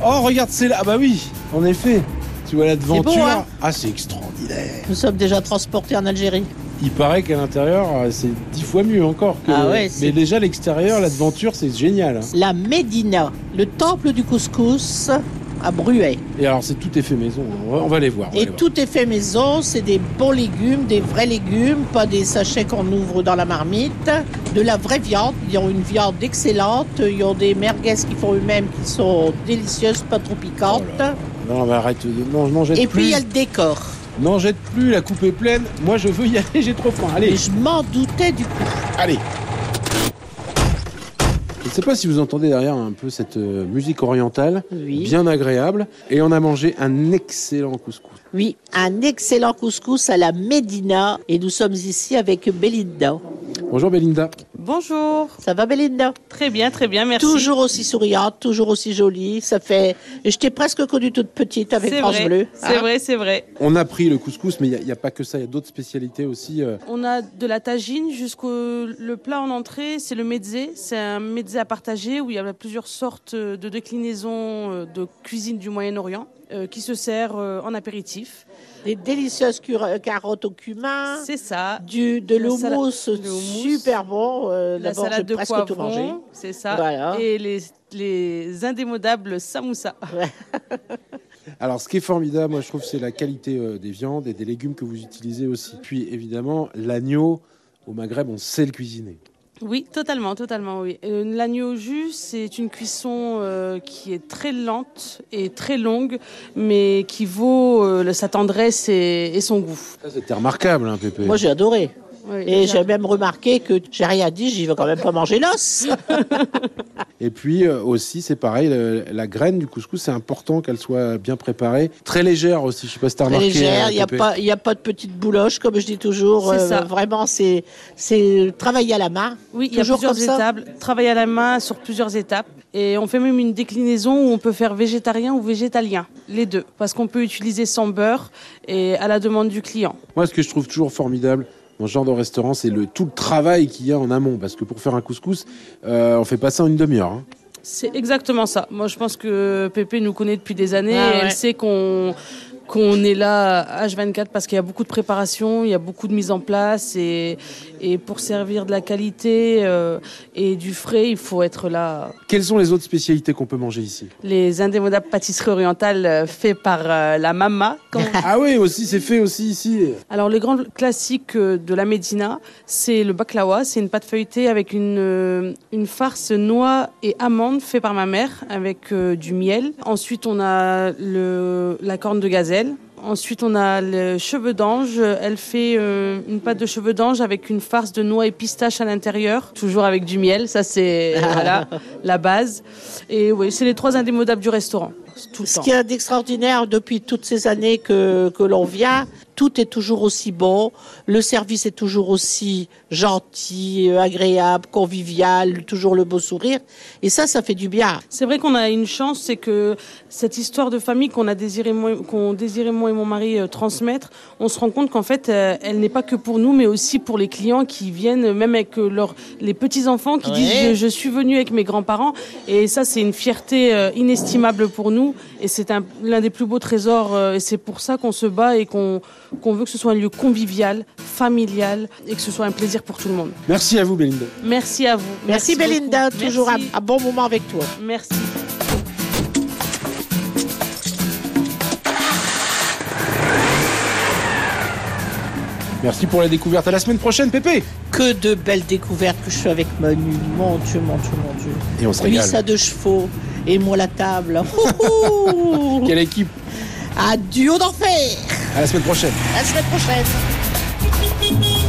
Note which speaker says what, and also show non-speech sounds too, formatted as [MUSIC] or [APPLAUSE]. Speaker 1: regarde, c'est là. Ah bah oui, en effet. Tu vois
Speaker 2: beau,
Speaker 1: l'aventure.
Speaker 2: hein
Speaker 1: ah, c'est extraordinaire.
Speaker 2: Nous sommes déjà transportés en Algérie.
Speaker 1: Il paraît qu'à l'intérieur, euh, c'est dix fois mieux encore. Que...
Speaker 2: Ah ouais, c'est-
Speaker 1: Mais déjà, l'extérieur, l'aventure, c'est génial. hein.
Speaker 2: La Médina, le temple du couscous à Bruay.
Speaker 1: Et alors, c'est tout est fait maison. On va, on va les voir. on va
Speaker 2: Et
Speaker 1: les voir.
Speaker 2: tout est fait maison, c'est des bons légumes, des vrais légumes, pas des sachets qu'on ouvre dans la marmite, de la vraie viande. Ils ont une viande excellente, ils ont des merguez qu'ils font eux-mêmes qui sont délicieuses, pas trop piquantes.
Speaker 1: Oh là Non, mais arrête. de- Non, je n'en jette
Speaker 2: Et
Speaker 1: plus.
Speaker 2: puis il y a le décor.
Speaker 1: N'en jette plus, la coupe est pleine. Moi, je veux y [LAUGHS] aller, j'ai trop faim. Allez,
Speaker 2: Et je m'en doutais du coup.
Speaker 1: allez. Je ne sais pas si vous entendez derrière un peu cette euh, musique orientale,
Speaker 2: Oui.
Speaker 1: bien agréable. Et on a mangé un excellent couscous.
Speaker 2: Oui, un excellent couscous à la Médina. Et nous sommes ici avec Belinda.
Speaker 1: Bonjour Belinda.
Speaker 3: Bonjour.
Speaker 2: Ça va Belinda
Speaker 3: Très bien, très bien, merci.
Speaker 2: Toujours aussi souriante, toujours aussi jolie. Ça fait. Je t'ai presque connue toute petite avec
Speaker 3: C'est
Speaker 2: France
Speaker 3: vrai,
Speaker 2: Bleu.
Speaker 3: C'est
Speaker 2: hein.
Speaker 3: vrai, c'est vrai.
Speaker 1: On a pris le couscous, mais il n'y a, pas que ça, il y a d'autres spécialités aussi. euh.
Speaker 3: On a de la tagine jusqu'au le plat en entrée, c'est le mezzé. C'est un mezzé à partager où il y a plusieurs sortes euh, de déclinaisons euh, de cuisine du Moyen-Orient euh, qui se sert euh, en apéritif.
Speaker 2: Des délicieuses cur- euh, carottes au cumin.
Speaker 3: C'est ça.
Speaker 2: Du, de
Speaker 3: La salade-
Speaker 2: l'houmous,
Speaker 3: le houmous.
Speaker 2: super bon. Euh,
Speaker 3: La
Speaker 2: d'abord, j'ai
Speaker 3: salade de
Speaker 2: presque tout mangé.
Speaker 3: poivron, c'est ça.
Speaker 2: Voilà.
Speaker 3: Et les, les indémodables samoussas.
Speaker 1: Alors, ce qui est formidable, moi, je trouve, c'est la qualité euh, des viandes et des légumes que vous utilisez aussi. Puis, évidemment, l'agneau, au Maghreb, on sait le cuisiner.
Speaker 3: Oui, totalement, totalement, oui. Euh, L'agneau au jus, c'est une cuisson euh, qui est très lente et très longue, mais qui vaut euh, le- sa tendresse et, et son goût.
Speaker 1: Ça, c'était remarquable, hein, Pépé.
Speaker 2: Moi, j'ai adoré.
Speaker 3: Oui,
Speaker 2: Et j'ai
Speaker 3: j'aime.
Speaker 2: même remarqué que j'ai rien dit, j'y vais quand même pas
Speaker 1: [LAUGHS]
Speaker 2: manger l'os.
Speaker 1: Et puis euh, aussi, c'est pareil, le- la graine du couscous, c'est important qu'elle soit bien préparée. Très légère aussi, je sais pas si t'as
Speaker 2: Très
Speaker 1: remarqué.
Speaker 2: légère,
Speaker 1: euh,
Speaker 2: il n'y a,
Speaker 1: Pépé.
Speaker 2: pas- il y a pas de petite bouloche, comme je dis toujours. Euh,
Speaker 3: C'est ça.
Speaker 2: Vraiment, c'est c'est travailler à la main.
Speaker 3: Oui, il y a
Speaker 2: toujours
Speaker 3: plusieurs
Speaker 2: comme ça.
Speaker 3: étapes. Travailler à la main sur plusieurs étapes. Et on fait même une déclinaison où on peut faire végétarien ou végétalien, les deux, parce qu'on peut utiliser sans beurre et à la demande du client.
Speaker 1: Moi, ce que je trouve toujours formidable dans ce genre de restaurant, c'est le, tout le travail qu'il y a en amont. Parce que pour faire un couscous, euh, on fait pas ça en une demi-heure. hein.
Speaker 3: C'est exactement ça. Moi, je pense que Pépé nous connaît depuis des années.
Speaker 2: Ah
Speaker 3: et
Speaker 2: ouais.
Speaker 3: Elle sait qu'on qu'on est là H24 parce qu'il y a beaucoup de préparation, il y a beaucoup de mise en place et, et pour servir de la qualité euh, et du frais, il faut être là.
Speaker 1: Quelles sont les autres spécialités qu'on peut manger ici
Speaker 3: Les indémodables pâtisseries orientales euh, faites par euh, la mama. comme on-
Speaker 1: Ah oui, aussi, c'est fait aussi ici.
Speaker 3: Alors les grands classiques euh, de la Médina, c'est le baklawa, c'est une pâte feuilletée avec une, euh, une farce noix et amandes fait par ma mère avec euh, du miel. Ensuite on a le, la corne de gazelle. Ensuite on a le cheveux d'ange, elle fait euh, une pâte de cheveux d'ange avec une farce de noix et pistache à l'intérieur, toujours avec du miel, ça c'est voilà, la base. Et oui, c'est les trois indémodables du restaurant, tout le
Speaker 2: Ce
Speaker 3: temps.
Speaker 2: qu'il y a d'extraordinaire depuis toutes ces années que, que l'on vient, tout est toujours aussi bon, le service est toujours aussi gentil, euh, agréable, convivial, toujours le beau sourire. Et ça, ça fait du bien.
Speaker 3: C'est vrai qu'on a une chance, c'est que cette histoire de famille qu'on a désiré, moi, qu'on désirait moi et mon mari euh, transmettre, on se rend compte qu'en fait, euh, elle n'est pas que pour nous, mais aussi pour les clients qui viennent, euh, même avec euh, leurs les petits enfants qui
Speaker 2: Ouais.
Speaker 3: disent je, je suis venu avec mes grands-parents, et ça c'est une fierté euh, inestimable pour nous, et c'est un- l'un des plus beaux trésors, euh, et c'est pour ça qu'on se bat et qu'on qu'on veut que ce soit un lieu convivial, familial, et que ce soit un plaisir pour tout le monde.
Speaker 1: Merci à vous, Belinda.
Speaker 3: Merci à vous.
Speaker 2: Merci, Belinda,
Speaker 3: beaucoup.
Speaker 2: toujours un,
Speaker 3: Merci.
Speaker 2: un bon moment avec toi.
Speaker 3: Merci.
Speaker 1: Merci pour la découverte. À la semaine prochaine, Pépé.
Speaker 2: Que de belles découvertes que je fais avec Manu. Mon Dieu, mon Dieu, mon Dieu.
Speaker 1: Et on se
Speaker 2: Lui,
Speaker 1: régale.
Speaker 2: ça deux chevaux. Et moi, la table. [LAUGHS] Ouhou
Speaker 1: Quelle équipe
Speaker 2: Un duo d'enfer
Speaker 1: À la semaine prochaine.
Speaker 2: À la semaine prochaine.
Speaker 4: Thank you.